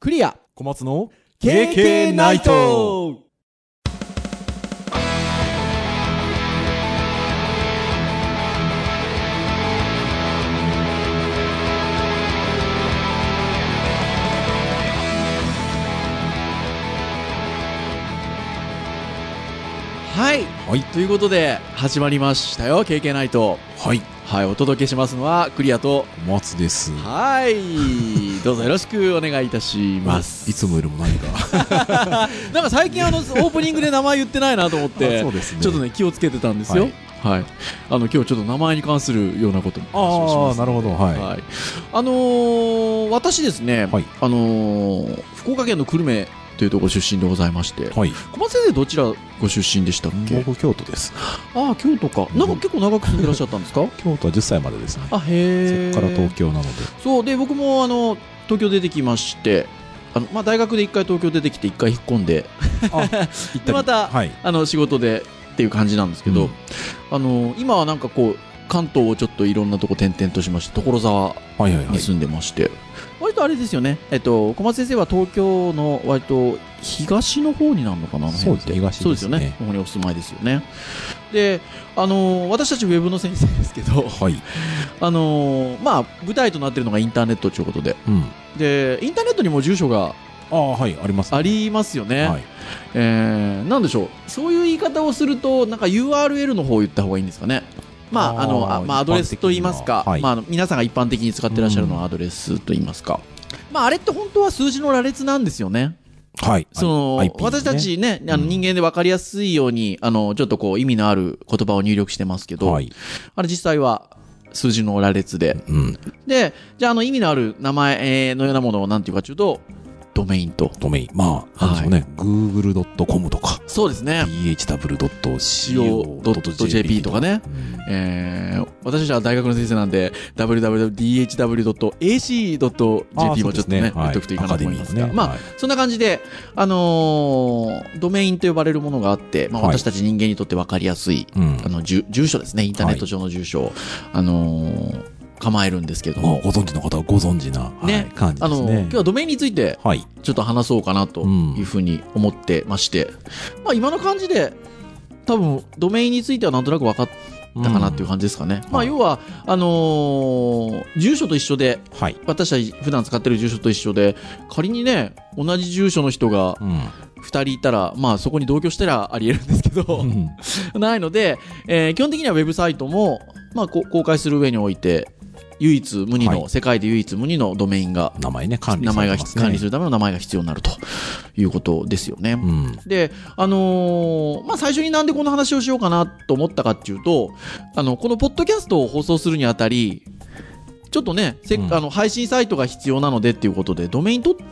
クリア小松の KK ナイトはい、はいということで始まりましたよ KK ナイトはいはいお届けしますのはクリアと小松です はいどうぞよろしくお願いいたしまいすつもよりも何 かあなんか最近あ のオープニングで名前言ってないなと思ってそうですねちょっとね気をつけてたんですよはい、あの今日ちょっと名前に関するようなこともああ話をしますなるほどはい、はい、あのー私ですね、はいあのー福岡県の久留米というところ出身でございまして、はい小松先生どちらご出身でしたっけ僕京都ですああ京都かなんか結構長く住んでらっしゃったん ですか京都は10歳までですねあへえそこから東京なのでそうで僕もあの東京出てきましてあの、まあ、大学で一回東京出てきて一回引っ込んで行っでまたはいあの仕事でっていう感じなんですけど、うんあの今はなんかこう関東をちょっといろんなとこ転々としまして所沢はいはいはにい住んでまして、割とあれですよね、えっと、小松先生は東京の割と東の方になるのかなあの辺ってそうでそすね東ですねうですよねここにお住まいですよねであの私たちウェブの先生ですけど はいあのまあ舞台となってるのがインターネットということでうんでインターネットにも住所がああはいありますありますよね、はいえー、なんでしょうそういう言い方をするとなんか URL の方を言った方がいいんですかねまああーあのあ、まあ、ア一般ド的にはレスと言いますか、はいまああの、皆さんが一般的に使ってらっしゃるのはアドレスと言いますか、まあ、あれって本当は数字の羅列なんですよね。はいその、はい IP ね私たちね、あのうん人間で分かりやすいように、あの、ちょっとこう意味のある言葉を入力してますけど、はいあれ実際は数字の羅列で。うんで、じゃああの意味のある名前えーのようなものをなんていうかというと、ドメインと。ドメインまあなんでしょうね google.com とかそうですね。 dhw.co.jp co.jp とかね。えー、私たちは大学の先生なんで、www.dhw.ac.jp もちあーそうでょっすとねね、はい言っとくといいかなと思いますアカデミーのが、ねまあ、はいそんな感じで、あのードメインと呼ばれるものがあって、まあ、はい私たち人間にとって分かりやすい、うんあの、住住所ですね、インターネット上の住所を、あのー構えるんですけれどまあも、ご存知の方はご存知な、はいね感じあでのすーね。今日はドメインについて、はい。ちょっと話そうかなというふうに思ってまして、まあ今の感じで多分ドメインについてはなんとなく分かったかなっていう感じですかね、まあはい要はあのー住所と一緒ではい。私たち普段使ってる住所と一緒で仮にね同じ住所の人がうん。 2人いたら、まあそこに同居したらありえるんですけど、 ないので、えー基本的にはウェブサイトも、まあ、こう公開する上において唯一無二の、はい世界で唯一無二のドメインが名前ね、管理名前がされてます必ね管理するための名前が必要になるということですよね。うん。で、あのーまあ、最初になんでこの話をしようかなと思ったかっていうと、あの、このポッドキャストを放送するにあたり、ちょっとね、せっうんあの配信サイトが必要なのでっていうことで、ドメイン取っ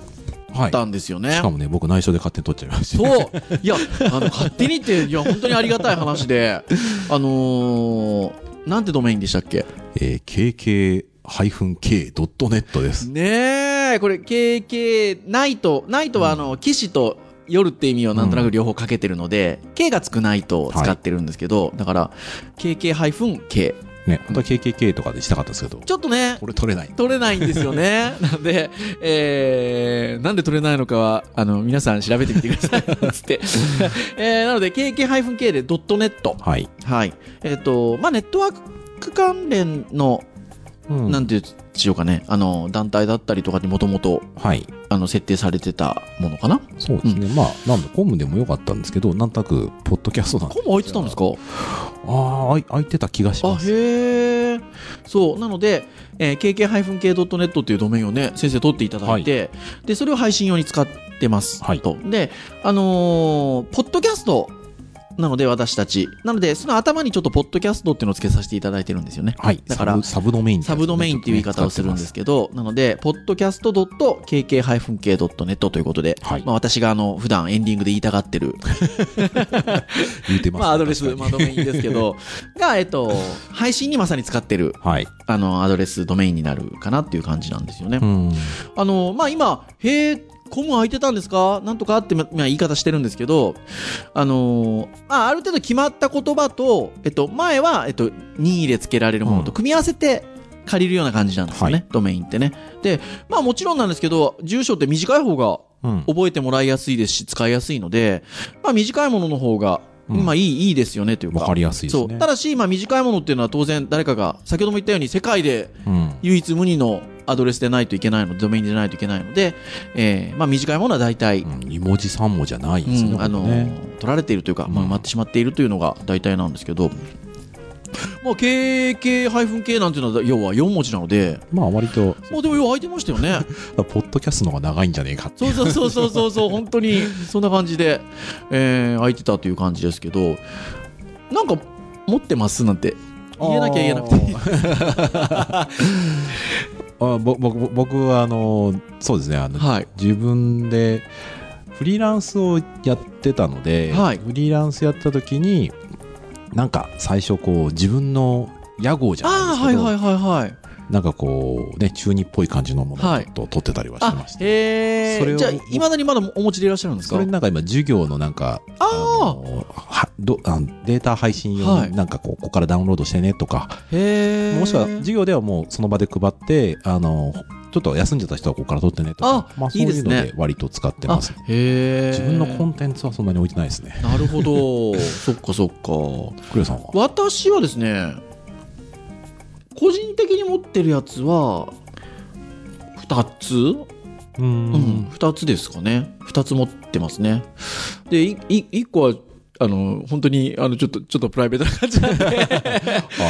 はい。たんですよね。しかもね、僕内緒で勝手に取っちゃいました。そう。いや、あの、勝手にって、いや、本当にありがたい話で、あのーなんてドメインでしたっけえー、kk-k.net です。ねえ、これ、KK、ナイト、ナイトは、あの、騎士と夜って意味をなんとなく両方かけてるので、K がつくナイトを使ってるんですけど、だから、KK-K。ね、本当は kkk とかでしたかったですけど、ちょっとね、これ取れない。取れないんですよ ね。なんで、えー、なんで取れないのかは、あの、皆さん調べてみてください。つ って。えー、なので、KK-K で .net。はい。はい。えっ、と、まあ、ネットワーク関連の、うんなんてしようかね、あの、団体だったりとかにもともと、はい。あの設定されてたものかなそうですね。まあ、なんだ、コムでもよかったんですけど、なんとなく、ポッドキャストなんでコム開いてたんですかああ、あい開いてた気がしあます。へえそうなので、えー、kk-k.net っていうドメインをね先生取っていただいて、でそれを配信用に使ってます、はいとであのーポッドキャストなので私たちなのでその頭にちょっとポッドキャストっていうのをつけさせていただいてるんですよねはい。だからサブサブドメインってやサつねブドメインっていう言い方をするんで。すけど、なので、podcast.kk-k.net ということで、はいまあ私があの、普段エンディングで言いたがってる、ちょっとね使ってます言うてますね。まあアドレス、確まかあドメインですけど、が、えっと、配信にまさに使ってる、にはい。あの、アドレス、ドメインになるかなっていう感じなんですよね。うん。あの、まあ今、へえ、コム空いてたんですかなんとかって、ままあ、言い方してるんですけど、あのーまあある程度決まった言葉と、えっと、前は、えっと、任意で付けられるものと組み合わせて借りるような感じなんですよね、はいドメインってね。で、まあもちろんなんですけど、住所って短い方がうん覚えてもらいやすいですし、使いやすいので、まあ短いものの方が、うんまあいい、いいですよねというか。わかりやすいですねそう。ただし、まあ短いものっていうのは当然誰かが、先ほども言ったように世界でうん唯一無二のアドレスでないといけないので、ドメインでないといけないので、えーまあ短いものは大体、うん2文字3文字じゃないですね,、うん、あのね取られているというか、まあ、う埋んまってしまっているというのが大体なんですけど、まあ、KK-K なんていうのは要は4文字なので、まあ割ともうでもよう空いてましたよね。ポッドキャストの方が長いんじゃねえかってそうそうそうそうそうそう本当にそんな感じで、えー、空いてたという感じですけどなんか持ってますなんて言えなきゃ言えなく てあぼぼぼ僕はあのそうですねあの、はい自分でフリーランスをやってたので、はいフリーランスやった時になんか最初こう自分の屋号じゃないあであすはけいど、はいはいはいなんかこうね中二っぽい感じのものをはいちょっと撮ってたりはしてあました、へそれえをじゃあいまだにまだお持ちでいらっしゃるんですそかれなんか今授業のなんかあのはどあのデータ配信用はいになんかこうここからダウンロードしてねとか、へえもしくは授業ではもうその場で配ってあのちょっと休んじゃった人はここから撮ってねとかあまあ、そういいでいすうねので割と使ってますあへえ自分のコンテンツはそんなに置いてないですねなるほ どそっかそっかクレアさんは私はですね個人的に持ってるやつは2つううん、2つ ですかね2つ持ってますねでいい1個はあの本当にあのちょっとちょっとプライベートな感じなんで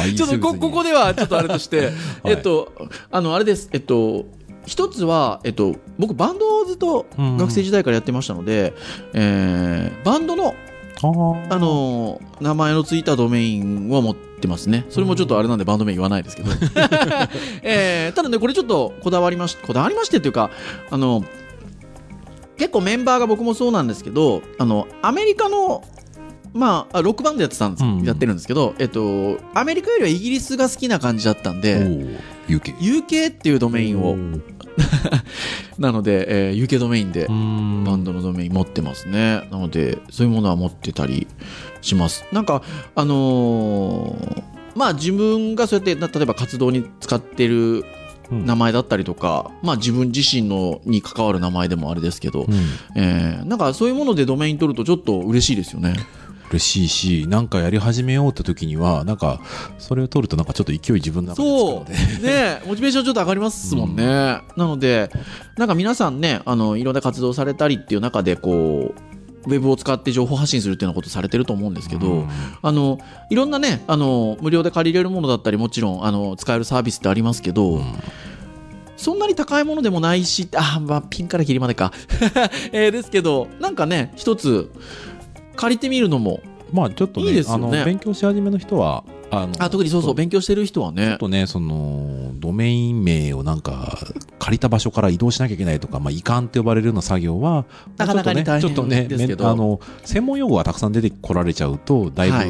あいいちょっとこここではちょっとあれとして、 えっとあのあれですえっと一つは、えっと、僕バンドをずっとうん学生時代からやってましたので、えーバンドの、あーあのー名前のついたドメインは持ってますねそれもちょっとあれなんでバンド名言わないですけど、 えーただねこれちょっとこだわりましてこだわりましてっていうかあの結構メンバーが僕もそうなんですけどあのアメリカのまああロックバンドやってたんです、うんやってるんですけど、えっと、アメリカよりはイギリスが好きな感じだったんおでー UK UK っていうドメインうをんなので、えー UK ドメインでバンドドのドメイン持ってますね。なので、そういうものは持ってたりします。なんか、あのーまあ自分がそうやって、な例えば活動に使ってる名前だったりとか、まあ自分自身のに関わる名前でもあれですけど、えーなんかそういうものでドメイン取るとちょっと嬉しいですよね。嬉しいしなんかやり始めようって時にはなんかそれを取るとなんかちょっと勢い自分の中でつくの そでう。ねえモチベーションちょっと上がりますもんね。なので、なんか皆さんね、あの、いろんな活動されたりっていう中で、こう、ウェブを使って情報発信するっていうようなことされてると思うんですけど、うんあのいろんなねあの無料で借りれるものだったりもちろんあの使えるサービスってありますけど、んそんなに高いものでもないしあ、まあ、ピンから切りまでか、 えーですけどなんかね一つ借りてみるのもまあちょっとねいいですよあねの勉強し始めの人はあのあ特にそうそう勉強してる人はちょねっとねそのドメイン名をなんか借りた場所から移動しなきゃいけないとか、まあ、移管って呼ばれるような作業はなかなかに大変ちょっとねですけどめあの専門用語がたくさん出てこられちゃうとだいぶ、はい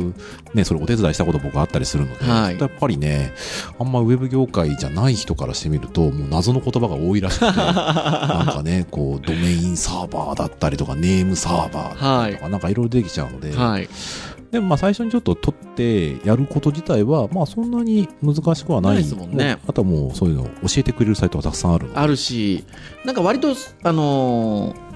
ねそれお手伝いしたこと僕あったりするので、はいちょっとやっぱりねあんまウェブ業界じゃない人からしてみるともう謎の言葉が多い らしくてなんかねこうドメインサーバーだったりとかネームサーバーだったはりといか、なんかいろいろ出てきちゃうので。はいでもまあ最初にちょっと取ってやること自体はまあそんなに難しくはないないですもんねうあとはもうそういうのを教えてくれるサイトがたくさんあるのであるしなんか割とあのー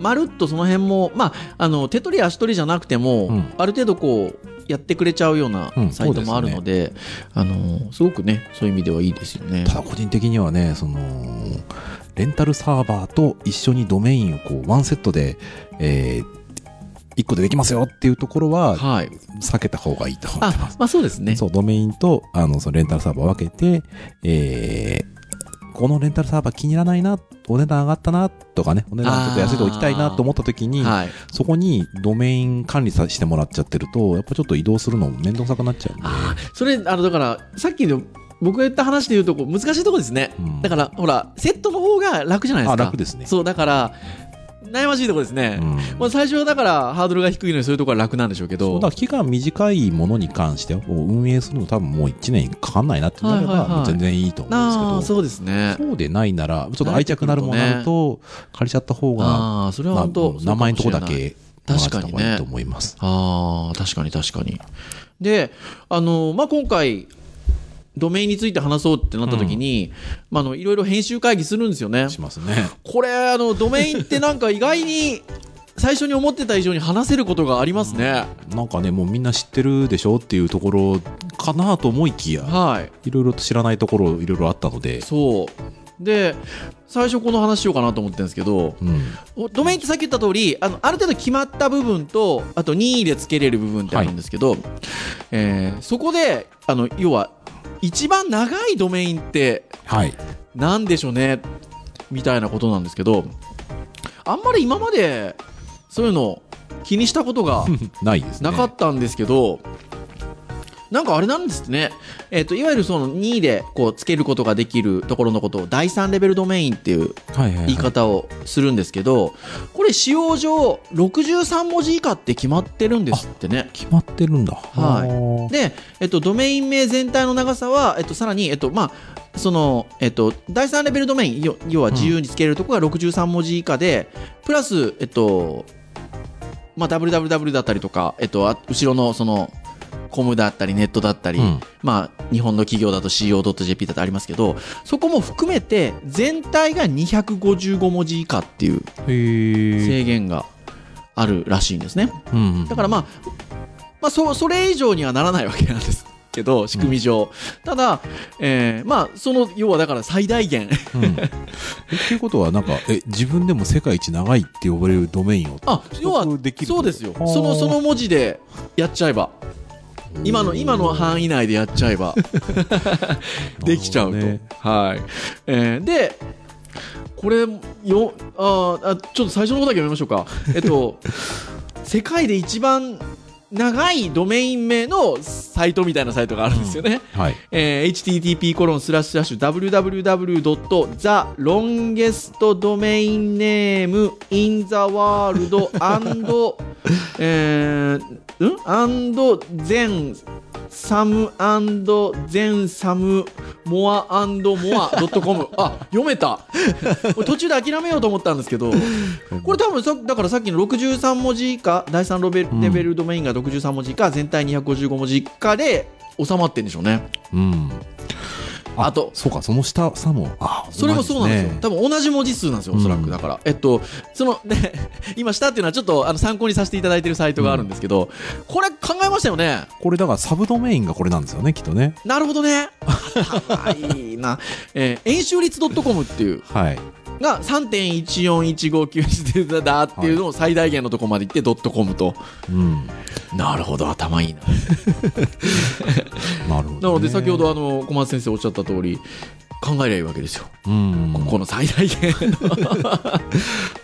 まるっとその辺も、まあ、あの手取り足取りじゃなくても、うんある程度こうやってくれちゃうようなうんサイトもあるので,、あのーすごくねそういう意味ではいいですよね。ただ個人的にはねそのレンタルサーバーと一緒にドメインをこうワンセットで、え1個でできますよっていうところははい。避けた方がいいと思ってまあす、まあそうですね。そうドメインとあのそのレンタルサーバーを分けて、えーこのレンタルサーバー気に入らないなお値段上がったなとかねお値段ちょっと安いとこ行きたいなと思った時に、はい。そこにドメイン管理さしてもらっちゃってると、やっぱちょっと移動するの面倒くさくなっちゃうんで。あーそれ、あの、だから、さっきの僕が言った話で言うと、こう難しいとこですね。うんだから、ほら、セットの方が楽じゃないですあ、か。楽ですね。そう、だから、悩ましいとこですね。うんまあ最初はだから、ハードルが低いのにそういうところは楽なんでしょうけそど。うだから期間短いものに関しては、こう運営するの多分もう1年かかんないなってなれば、はいはいはいもう全然いいと思あうあんー、ですけど、そうですね。そうでないなら、ちょっと愛着なるものになると、借りちゃった方が、ああー、それはまあ本当、名前のとこだそうかもしれない。け、確かにね回した方がいいと思います。ああ、確かに確かに。で、あの、まあ、今回、ドメインについて話そうってなった時に、まあ、あのいろいろ編集会議するんですよねしますね。これあのドメインってなんか意外に最初に思ってた以上に話せることがありますね、なんかね、もうみんな知ってるでしょっていうところかなと思いきや、はいいろいろと知らないところいろいろあったので、そうで最初この話しようかなと思ってるんですけどうん。おドメインってさっき言った通りあのある程度決まった部分とあと任意で付けれる部分ってあるんですけど、えーそこであの要は一番長いドメインってはい。なんでしょうねみたいなことなんですけどあんまり今までそういうの気にしたことがないですね。なかったんですけど、なんかあれなんですね、えっといわゆるその2位でこうつけることができるところのことを第3レベルドメインっていうはいはいはい言い方をするんですけどこれ使用上63文字以下って決まってるんですってね。決まってるんだ。はいい。で、えっと、ドメイン名全体の長さは、えっと、さらに、えっとまあそのえっと、第3レベルドメインよ要は自由につけれるところが63文字以下で、プラス、えっとまあ、www だったりとか、えっと、あ後ろのそのコムだったりネットだったり、うんまあ、日本の企業だと CO.jp だとありますけどそこも含めて全体が255文字以下っていうへえ。制限があるらしいんですね。うんうんだからまあ、まあ、そそれ以上にはならないわけなんですけど仕組み上、ただ、えーまあ、その要はだから最大限 うんえっていうことは、なんか、え、自分でも世界一長いって呼ばれるドメインをあ要は取得できるそうですよそのその文字でやっちゃえば今の今の範囲内でやっちゃえばできちゃうと、なるほどねはいえーでこれよあーあちょっと最初のことだけ読みましょう かえっと世界で一番長いドメイン名のサイトみたいなサイトがあるんですよね、はい。えー http コロンスラッシュラッシュ www.thelongestdomainnameintheworld and えー、うん and then some and then some more and more.com あ読めた俺途中で諦めようと思ったんですけどこれ多分さだからさっきの63文字以下第3レベルレベルドメインが63文字以下、全体255文字以下で収まってんでしょうねうん。あとそうか、その下、さも、あ、それもそうなんですよね多分同じ文字数なんですよおそらうんくだから、えっとそのね 今下っていうのはちょっとあの参考にさせていただいてるサイトがあるんですけど、これ考えましたよねこれだからサブドメインがこれなんですよね、きっとね。なるほど ね頭いいな、えー、演習率 .com っていうはい。が3.14159だっていうのを最大限のとこまで行ってドットコムと、うん。なるほど頭いいななるほど、ね。なので先ほどあの小松先生おっしゃった通り考えりゃいいわけですよ、うん。ここの最大限ち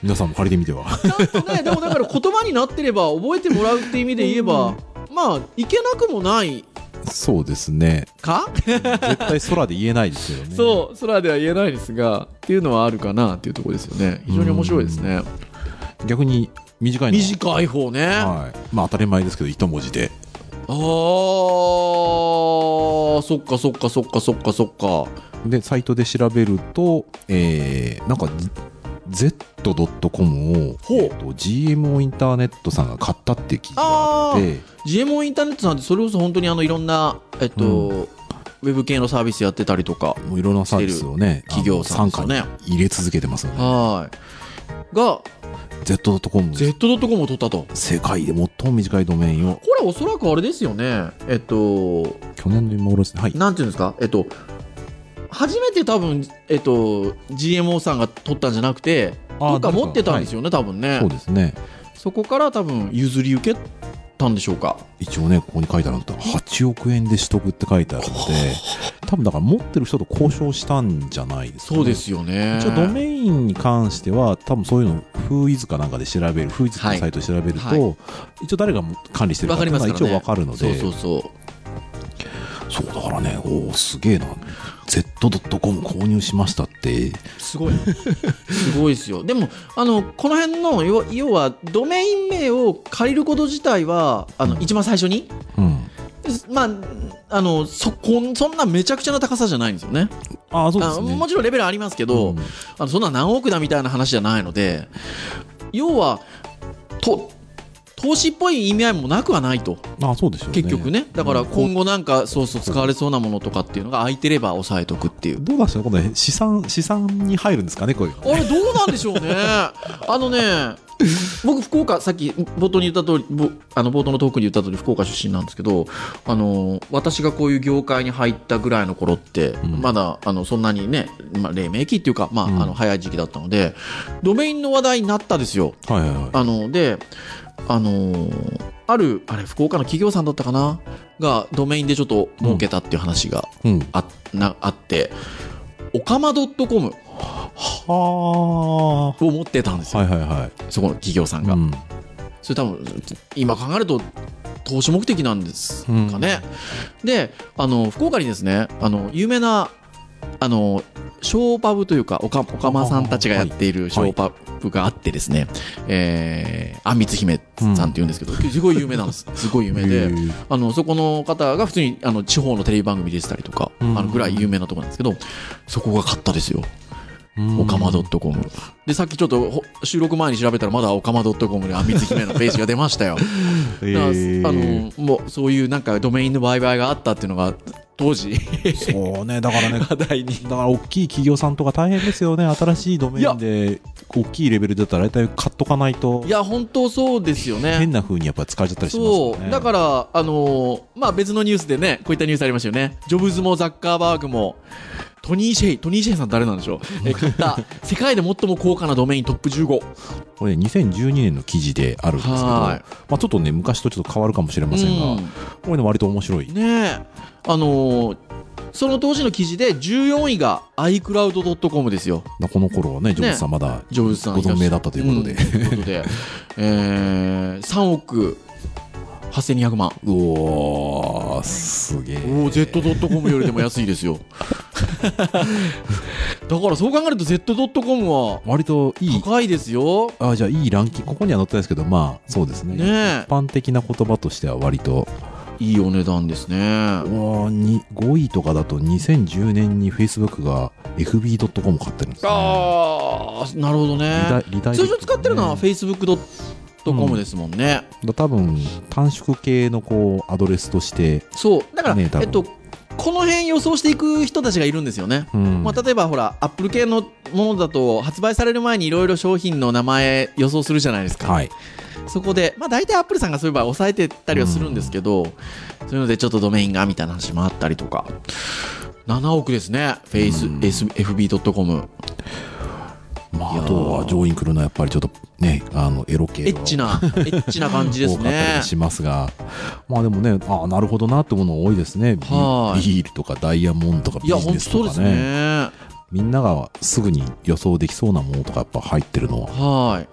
皆さんも借りてみては。 ゃんとねでもだから言葉になってれば覚えてもらうって意味で言えば、まあいけなくもないそうですね。か、絶対空で言えないですよね。そう空では言えないですがっていうのはあるかなっていうところですよね非常に面白いですねう。逆に短いの。短い方ね、はい。まあ当たり前ですけど、一文字で。あーそっかそっかそっかそっかそっかで、サイトで調べると、えー、なんか、z.com を、ほうえーと GMO インターネットさんが買ったっていう記事がああっーて、ジエモンインターネットさんってそれこそ本当にあのいろんなえっと、うウェブ系のサービスやってたりとかもういろんなサービスをね、企業さんです参よ加ねに入れ続けてますので、はいが z.com Z.com を取ったとこ世界で最も短いドメインを、れおそらくあれですよねえっと去年の今頃ですね。はい。なんていうんですかえっと初めて多分、えっと、GMO さんが取ったんじゃなくてあーどっか持ってたんです誰よね、多分ねそうですね。そこから多分譲り受けたんでしょうか一応ね、ここに書いてあるのと、8億円で取得って書いてあるので、多分だから持ってる人と交渉したんじゃないですか、ね。そうですよね一応ドメインに関しては多分そういうのフーイズかなんかで調べるフーイズのはいサイトで調べると、は一応誰が管理してるわかっかりてまいうのすから、は一ね、応わかるのでそうそうそうそうだからねおおすげえな Z.com 購入しましたってすごい すごいですよでもあのこの辺の要要はドメイン名を借りること自体はあの一番最初に、うんまああのそこんそんなめちゃくちゃな高さじゃないんですよねああそうであすねもちろんレベルありますけど、うんあのそんな何億だみたいな話じゃないので要はと投資っぽい意味合いもなくはないとあそうでしょうね結局ねだからうん今後なんかそうそう使われそうなものとかっていうのが空いてれば押さえとくっていうどうなんでしょうこの資産資産に入るんですかねこういうのあれどうなんでしょうね あのね僕福岡さっき冒頭に言った通りぼあの冒頭のトークに言った通り福岡出身なんですけどあの私がこういう業界に入ったぐらいの頃って、んまだあのそんなにね、まあ、黎明期っていうか、まあうんあの早い時期だったのでドメインの話題になったですよはいはいはいあのであのーあるあれ福岡の企業さんだったかながドメインでちょっと儲けたっていう話がうんあ,、なあってオカマ .com はを持ってたんですあよ、はいはいはそこの企業さんいが、うんそれ多分今考えると投資目的なんですかね、であの福岡にですねあの有名なあのショーパブというかおかおかまさんたちがやっているショーパブがあってですね、えー、あんみつ姫さんっていうんですけど、すごい有名なんですすごい有名へでーあのそこの方が普通にあの地方のテレビ番組出てたりとか、うんあのぐらい有名なところなんですけどそこが買ったですようんオカマ .com でさっきちょっとほ収録前に調べたらまだオカマ .com であんみつ姫のページが出ましたよだか へらあーのもうそういうなんかドメインの売買があったっていうのが当時 そうねだからね話題にだから大きい企業さんとか大変ですよね新しいドメインで大きいレベルだったら大体買っとかないといや本当そうですよね変な風にやっぱ使えちゃったりしますそよねうだからら、あのーまあ、別のニュースでねこういったニュースありましたよねジョブズもザッカーバーグもトニー・シェイトニー・シェイさん誰なんでしょうえ買 った世界で最も高価なドメイントップ15これね2012年の記事であるんですけど、はまあ、ちょっとね昔とちょっと変わるかもしれませんが、うんこれね割と面白いねえあのーその当時の記事で14位が iCloud.com ですよなこの頃はねジョブズさんまだジョブズさんご存命だったということでんということで えー3億8200万うおーすげえおお Z.com よりでも安いです よだからそう考えると Z.com は割といい高いですよあじゃあいいランキングここには載ってないですけどまあそうですねね一般的な言葉としては割とえいいお値段ですねわあに5位とかだと2010年に Facebook が FB.com 買ってるんですねああなるほどリダねリダイレクトね通常使ってるのは Facebook.com ですもんね、だ多分短縮系のこうアドレスとして、そうだから、ね多え分っとこの辺予想していく人たちがいるんですよね、うんまあ、例えばほらアップル系のものだと発売される前にいろいろ商品の名前予想するじゃないですか、はいそこで、まあ、大体アップルさんがそういう場合抑えてたりはするんですけど、そういうのでちょっとドメインがみたいな話もあったりとか7億ですねフェイス、うん FB.com まいやーあ、あとは上位に来るのはやっぱりちょっとねあのエロ系エのッチなエッチな感じです多かったり ねもしますがまあでもねああなるほどなってもの多いですねビはいビールとかダイヤモンドとかいビやジ本ネ当そスとうでかすねねみんながすぐに予想できそうなものとかやっぱ入ってるのははい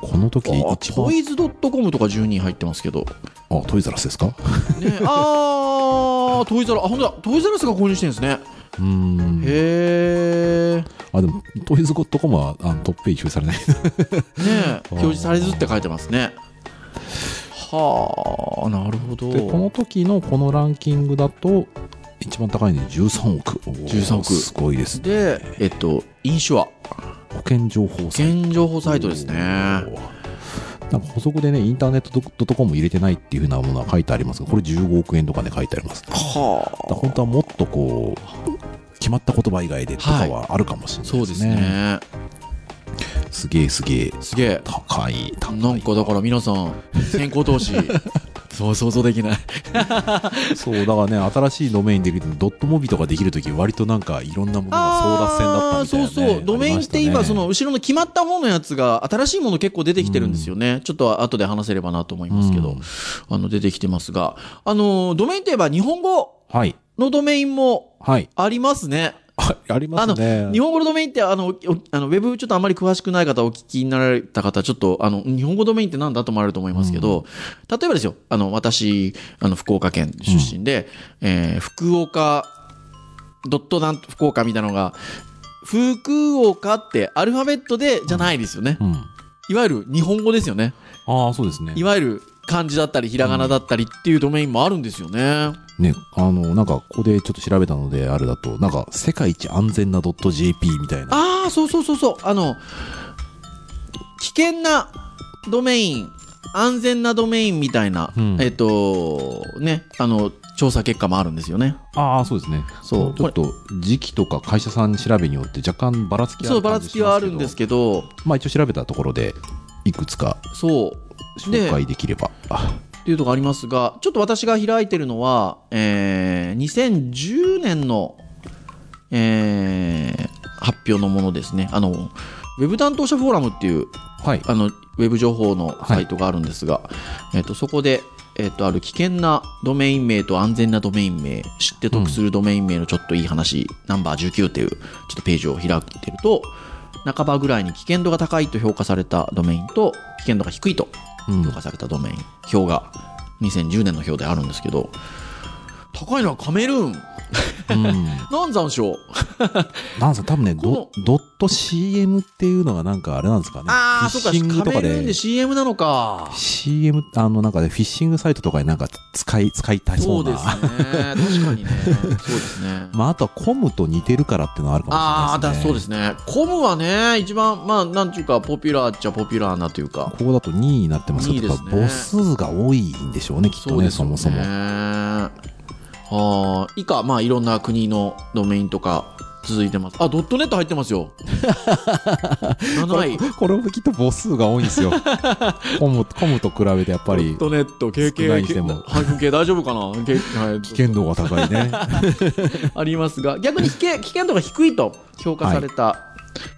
この時あ一番トイズ .com とか12位入ってますけどあトイザラスですかね、あートイザラあ本当だトイザラスが購入してるんですねうーんへえねあでもトイズゴットコムはあのトップページ表示されないえ表示されずって書いてますねはあなるほどでこの時のこのランキングだと一番高いので13億おー13億すごいですねでえっとインシュア保険情報サイ現情報トサイトですねおーなんか補足でねインターネットドットコム入れてないっていうふうなものは書いてありますがこれ15億円とかね書いてありますだかはら本当はもっとこう決まった言葉以外でとかはあるかもしれあないそうでですすね,、ねすげえすげえすげえ高い高いなんかだから皆さん先行 投資そう想像できないそうだからね新しいドメインできるドットモビとかできるとき割となんかいろんなものが争奪戦だったみたいな、あね、ーそうそうドメインって今そのあ後ろの決まった方のやつが新しいもの結構出てきてるんですよね、ちょっと後で話せればなと思いますけど、うんあの出てきてますがあのドメインといえば日本語りましたねはいのドメインもはい ありますねあありますね日本語のドメインってあのおあのウェブちょっとあんまり詳しくない方お聞きになられた方ちょっとあの日本語ドメインってなんだと思われると思いますけど、例えばですよあの私あの福岡県出身で、えー福岡ドットなん福岡みたいなのが福岡ってアルファベットでじゃないですよね、うんいわゆる日本語ですよねああそうですねいわゆる漢字だったりひらがなだったりっていうドメインもあるんですよね、ねあのなんかここでちょっと調べたのであれだとなんか世界一安全な .jp みたいなああそうそうそうそうあの危険なドメイン安全なドメインみたいな、うんえっ、と、ね、あの、調査結果もあるんですよね。ああ、そうですね。そうちょっと時期とか会社さん調べによって若干ばらつきあそう、るばら感つじきはあるんですけけど、ど、まあ一応調べたところで、いくつかそう。紹で、介できれば。あっていうとこありますが、ちょっと私が開いてるのは、えー2010年の、えー発表のものですね。あの、ウェブ担当者フォーラムっていう、 はい。あの、ウェブ情報のサイトがあるんですが、えっ、と、そこで、えっ、と、ある危険なドメイン名と安全なドメイン名、知って得するドメイン名のちょっといい話、ナンバー19っていう、ちょっとページを開いてると、半ばぐらいに危険度が高いと評価されたドメインと、危険度が低いとうん評価されたドメイン、表が、2010年の表であるんですけど、高いのはカメルーン。うんなんざんしょう。なんせ多分ね、こドドット CM っていうのがなんかあれなんですかね。ああ、フそうか、ィッシングとカかメルーンでで。CM なのか。 CM、あの、なんかね、フィッシングサイトとかになんか使い、使いたいそそううでな。すね。確かにね。そうですね。 まあ、あとはコムと似てるからっていうのはあるかああもしだれないですね。そうですねコムはね一番まあなんていうかポピュラーっちゃポピュラーなというかここだと2位になってますけど、 2位やでっすぱね母数が多いんでしょうね、きっとね、そよもそも。ああ以下まあいろんな国のドメインとか続いてますあドットネット入ってます よこ7れ位これもきっと母数が多いんで すよ。コム、コムと比べてやっぱりドットネット少ないにして KK も配分系大丈夫かな K- はい 危険度が高 いね。ありますが逆に危険危険度が低いと評価された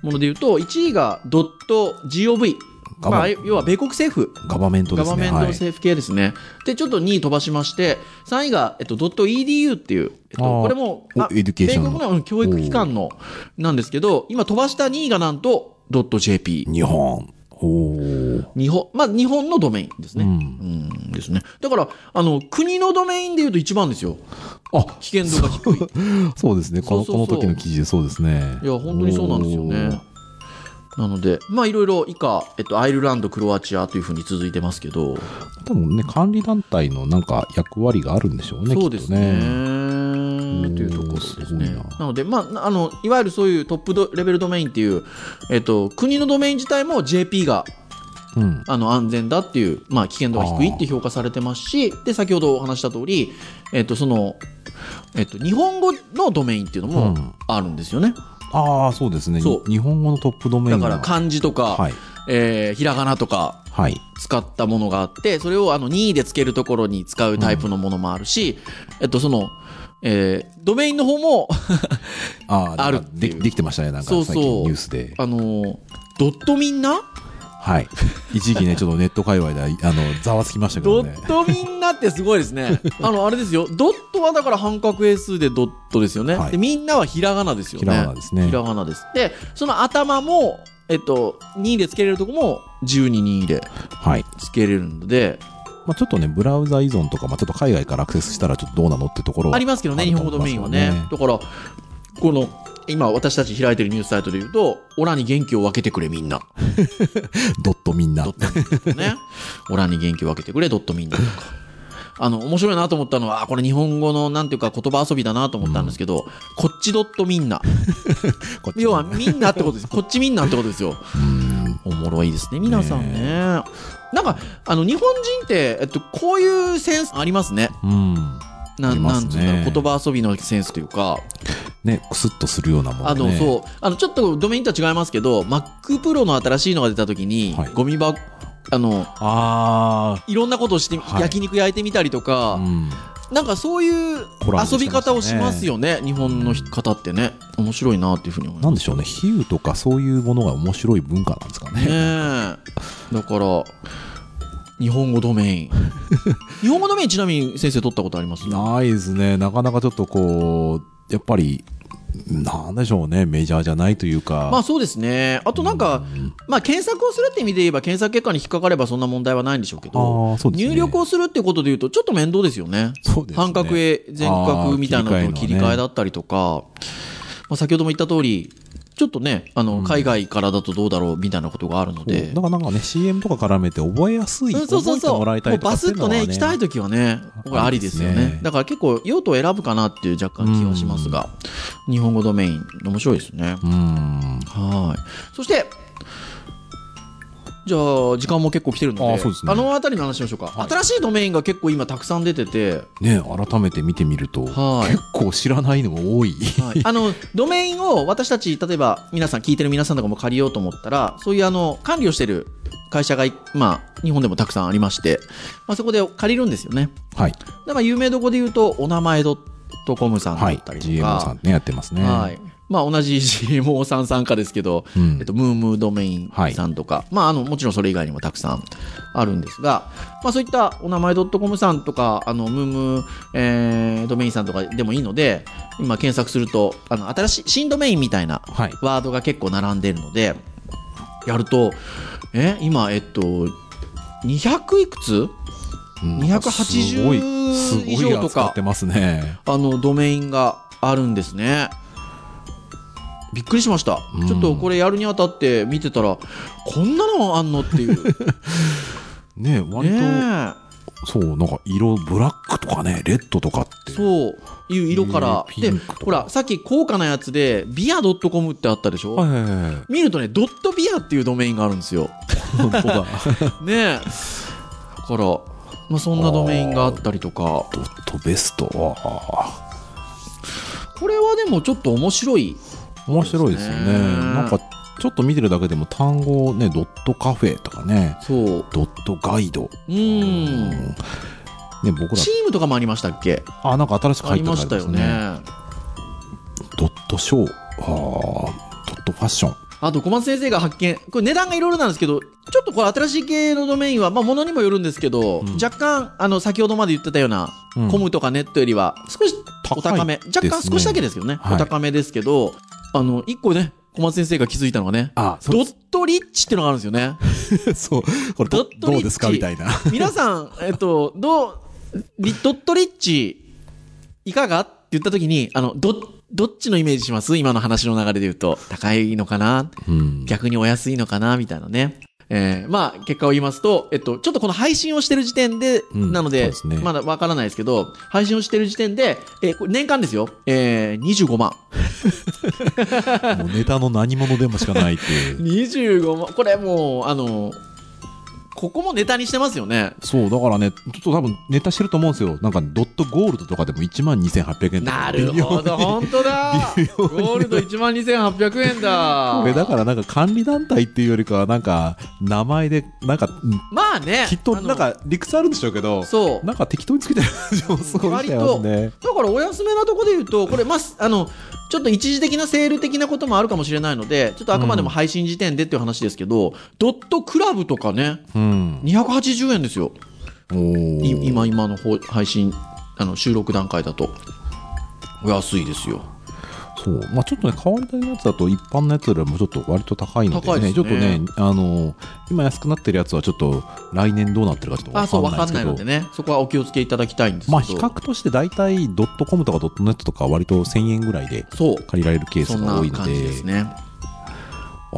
ものでいうと1位がドット GOV ガバまあ要は米国政府ガバメントでガすバね。メント政府系ですね。で、ちょっと2位飛ばしまして、3位が、えっと、.edu っていう、えっと、あーこれも、おあエデュケーションの米国のうん教育機関の、なんですけど、今飛ばした2位がなんと、.jp。はい、日本。おー日本、まあ、日本のドメインですうね。んう。ん、ですね。だから、あの、国のドメインで言うと一番ですよ。あ、危険度が低い。そうですね。このそうそうそうこの時の記事でそうですね。いや、本当にそうなんですよね。なので、まあ、いろいろ以下、えっと、アイルランド、クロアチアというふうに続いてますけど、おー。多分ね、管理団体のなんか役割があるんでしょうね、そうですね。きっとねんというところですね。すごないなので、まあな、あの、いわゆるそういうトップドレベルドメインっていう、えっと、国のドメイン自体も JP がうん。あの安全だっていう、まあ、危険度が低いって評価されてますし、で、先ほどお話した通り、えっと、その、えっと、日本語のドメインっていうのうもんあるんですよね。ああ、そうですね。そうに日本語のトップドメイだンがから、漢字とか、はい。えーひらがなとか、はい。使ったものがあって、それをあの任意でつけるところに使うタイプのものもあるし、えっと、その、えードメインの方も、 ああ、あるなんかでっていうできてましたね。なんかそう最そう近ニュースで。あのードットみんなはい。 一時期ね、ちょっとネット界隈で、あの、ざわつきましたけドどねッ。トみんなってすごいですね。 あの、あれですよ。ドットはだから半角英数でドットですよね。はいで、みんなはひらがなですよひね。らがなですねひ。らがなです。で、その頭も、えっと、任意でつけれるとこも、自由に任意ではい。つけれるので、まあちょっとね、ブラウザ依存とか、まあちょっと海外からアクセスしたらちょっとどうなのってところはありますけどね、ある日と本思語いドメインはますねよ。だから、この、今私たち開いてるニュースサイトで言うと、オラに元気を分けてくれみんな。ドットみんなド。ット ね。オラに元気を分けてくれ、ドットみんなとか。あの、面白いなと思ったのは、あこれ日本語のなんていうか言葉遊びだなと思ったんですけど、こっちドットみんな。こっちね要はみんなってこと です。こっちみんなってことですよ。うんおもろいですね、皆さんね。なんか、あの、日本人って、えっと、こういうセンスありますね。うん。なあんりまなすんねつうんだろう、言葉遊びのセンスというか、ね、クスッとするようなもあのの、ね。そう。あの、ちょっとドメインとは違いますけど、Mac Pro の新しいのが出た時に、はいゴミ箱、あの、あいろんなことをして、はい焼肉焼いてみたりとあ。うか、ん。なんかそういうコラボしてました遊ねび方をしますよね。日本の方ってね。面白いなっていうふうに思いなまんでしょうね、比喩とかそういうものが面白い文化なんですかす。ねね。えだから、日本語ドメ イン。日本語ドメインちなみに先生取ったことありますないですね。なかなかちょっとこう、やっぱり、なんでしょうね、メジャーじゃないというか。まあそうですね。あとなんか、まあ検索をするって意味で言えば検索結果に引っかかればそんな問題はないんでしょうけど、あーそうですね入力をするってことで言うとちょっと面倒ですよね。そうですね半角へ全角みたいなのあとー切切りり替えの替ねえだったりとか、まあ先ほども言った通り、ちょっとね、あの、海外からだとどうだろうみたいなことがあるのそうで。だからなんかね、CM とか絡めて覚えやすい、うんそうそう覚えてそう。ももらういたいとかバってスいうッのとは、ね。ね、行きたいときはね、これありですよありでねすねだから結構用途を選ぶかなっていう若干気はしますが、日本語ドメイン、面白いですね。うん。はい。そして、じゃあ時間も結構来てるのであそうですねあの辺りの話しましょうか、はい新しいドメインが結構今たくさん出てて、ね改めて見てみると、はい結構知らないのも多い。はい、あのドメインを私たち例えば皆さん聞いてる皆さんとかも借りようと思ったらそういうあの管理をしてる会社が、まあ、日本でもたくさんありまして、まあ、そこで借りるんですよねはい。だから有名どこで言うとお名前 .com さんだはっい。たりと GMO か、さんね、やってますね。はいまあ、同じ GMO さん参加ですけど、うんえっと、ムームードメインさんとか、まあ、あのもちろんそれ以外にもたくさんあるんですが、まあ、そういったお名前 .com さんとかあのムームー、えードメインさんとかでもいいので今検索するとあの新しい新ドメインみたいなはい。ワードが結構並んでるのでやるとえ今えっと200いくつうん280すごい、すごい以上とか扱ってますね。あのドメインがあるんですねびっくりしました、うんちょっとこれやるにあたって見てたらこんなのあんのっていうねね 割と、えそう、なんか色、ブラックとかね、レッドとかって。そういう色からえーでピンクとかほらさっき高価なやつでビア .com ってあったでしょ、はいはいはい はい。見るとねドットビアっていうドメインがあるんですよ本当だ。ねえだから、まあ、そんなドメインがあったりとかドットベスト。あこれはでもちょっと面白いー面白いですよそうでね。すねなんか、ちょっと見てるだけでも単語をね、ドットカフェとかね、そうドットガイド。ううんんね、僕らチ、ームとかもありましたっけあ、なんか新しくあ入っりてまるしたよねドットショー。あードットファッション。あと小松先生が発見これ値段がいろいろなんですけどちょっとこれ新しい系のドメインは、まあ、ものにもよるんですけど、うん若干あの先ほどまで言ってたような、うんコムとかネットよりは少しお高め高いです若ね干少しだけですけどね、はいお高めですけどあの1個ね小松先生が気づいたのがねあ、ドットリッチっていうのがあるんですよ ねそう。これドどットリッチどうですかみたいな。皆さんえっとどうリドットリッチいかがって言った時にあのどどっちのイメージします今の話の流れで言うと高いのかな うん逆にお安いのかなみたいなね。えーまあ、結果を言いますと、えっと、ちょっとこの配信をしてる時点で、うんなので、そうですねまだわからないですけど、配信をしてる時点で、えーこれ年間ですよ、えー、25万。もうネタの何者でもしかないっていう。 25万、これもう、あの、ここもネタにしてますよね。そう、だからね、ちょっと多分ネタしてると思うんですよ。なんかドットゴールドとかでも1万2800円とかなるほど、本当だ。ゴールド12,800円だ。これだからなんか管理団体っていうよりかはなんか名前でなんかうんまあね、きっとあのなん、か理屈あるんでしょうけどそう。なんか適当につけてる状況みたいますねだからお安めなとこで言うと、これ、まあ、すあの、ちょっと一時的なセール的なこともあるかもしれないので、ちょっとあくまでも配信時点でっていう話ですけど、ドットクラブとかね、うん280円ですよ。おーい今、今の方配信、あの、収録段階だと。お安いですよ。そうまあちょっとね変わり種のやつだと一般のやつよりもちょっと割と高いので高いですねちょっとねあの今安くなってるやつはちょっと来年どうなってるかちょっとあ、そう、わわかかんんなないいのですけでどね、そこはお気をつけいただきたいんですけど。まあ比較として大体ドットコムとかドットネットとか割と1000円ぐらいでそう。借りられるケースそんなが多いの感じですね。ああ、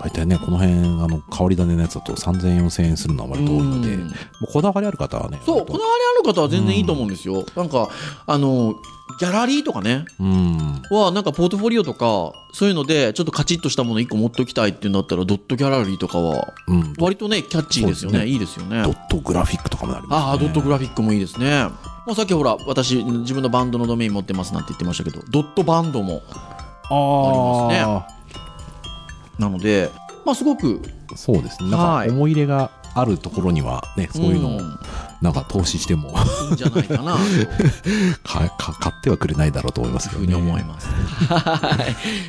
大体ね、この辺、あの、香り種のやつだと3000円、4000円するのは割と多いので、うんもうこだわりある方はね、そう、こだ割わりある方は全然いいと思うんですよ。なんか、あの、ギャラリーとかね、とうん。はなんかポートフォリオとかそういうのでちょっとカチッとしたもの1個持っときたいっていうんだったらドットギャラリーとかはうん。ド割とねキャッチーですよそねうですねいいですよねドットグラフィックとかもあります、ね。ああドットグラフィックもいいですねもうさっきほら私自分のバンドのドメイン持ってますなんて言ってましたけどドットバンドもありなまのでまあすごくすね。そうですね。なはんいか思い入れがあるところにはね、そういうのをん、なんか投資しても、 いいんじゃないかなというかか買ってはくれないだろうと思いますけどふね。うに思いますは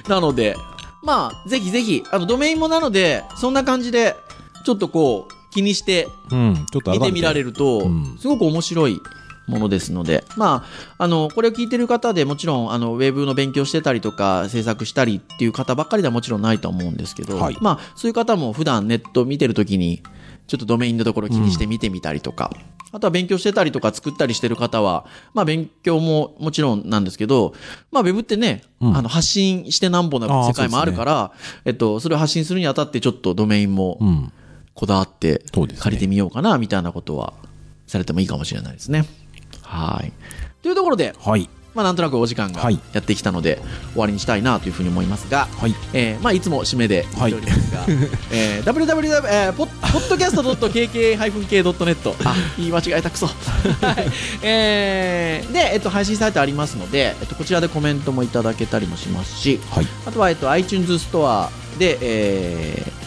いなのでまあぜひぜひあのドメインもなのでそんな感じでちょっとこう気にしてうん。ちょっと見てみられる。るとうん、すごく面白いものですので、まあ、あの、これを聞いてる方でもちろん、あの、ウェブの勉強してたりとか、制作したりっていう方ばっかりではもちろんないと思うんですけど、はいまあ、そういう方も普段ネット見てるときに、ちょっとドメインのところ気にして見てみたりとか、あとは勉強してたりとか作ったりしてる方は、まあ勉強ももちろんなんですけど、まあウェブってね、うんあの発信してなんぼな世界もあるから、えっと、それを発信するにあたってちょっとドメインもうん。こだわってそうですね借りてみようかなみたいなことはされてもいいかもしれないですね。はいというところではい。まあ、なんとなくお時間がはいやってきたので、終わりにしたいなというふうに思いますが、はいえーまあ、いつも締めで言っておりますが、えー、www、えー、ポッ podcast.kk-k.net あ言い間違えたくそ、はいえーで、えっと、配信サイトありますので、えっと、こちらでコメントもいただけたりもしますしはいあとは、えっと、iTunes ストアで、えー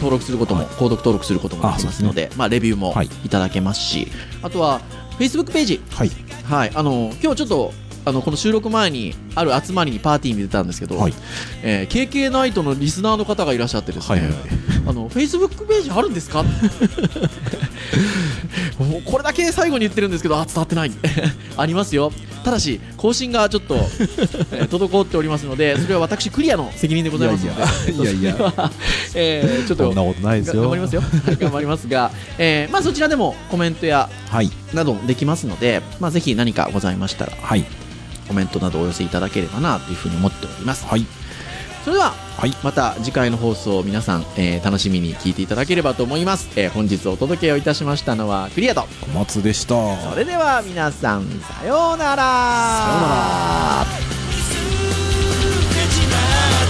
登録することも、はい購読登録することもできますのでまあ、レビューもはいいただけますし、あとは Facebook ページはいはい、あの今日ちょっとあのこの収録前にある集まりにパーティーに出たんですけど、はいえー KK ナイトのリスナーの方がいらっしゃってですね、はいはいあのフェイスブックページあるんですか もうこれだけ最後に言ってるんですけどあ伝わってない ありますよただし更新がちょっと、えー滞っておりますのでそれは私クリアの責任でございますのでいやいやいやいや えーちょっそとんなことないですよ頑張りますよ、はい頑張りますが、えーまあ、そちらでもコメントやはいなどもできますので、まあ、ぜひ何かございましたらはいコメントなどお寄せいただければなというふうに思っておりますはいそれでははいまた次回の放送を皆さん、えー楽しみに聞いていただければと思います、えー本日お届けをいたしましたのはクリアと小松でしたそれでは皆さんさようならさようなら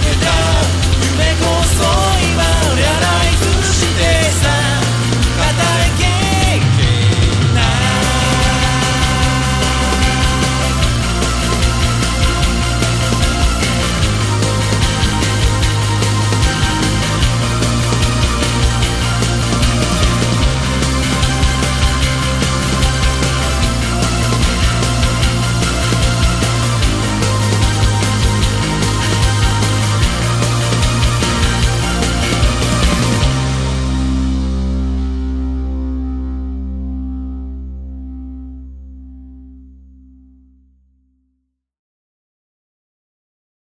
夢こそ今やらないと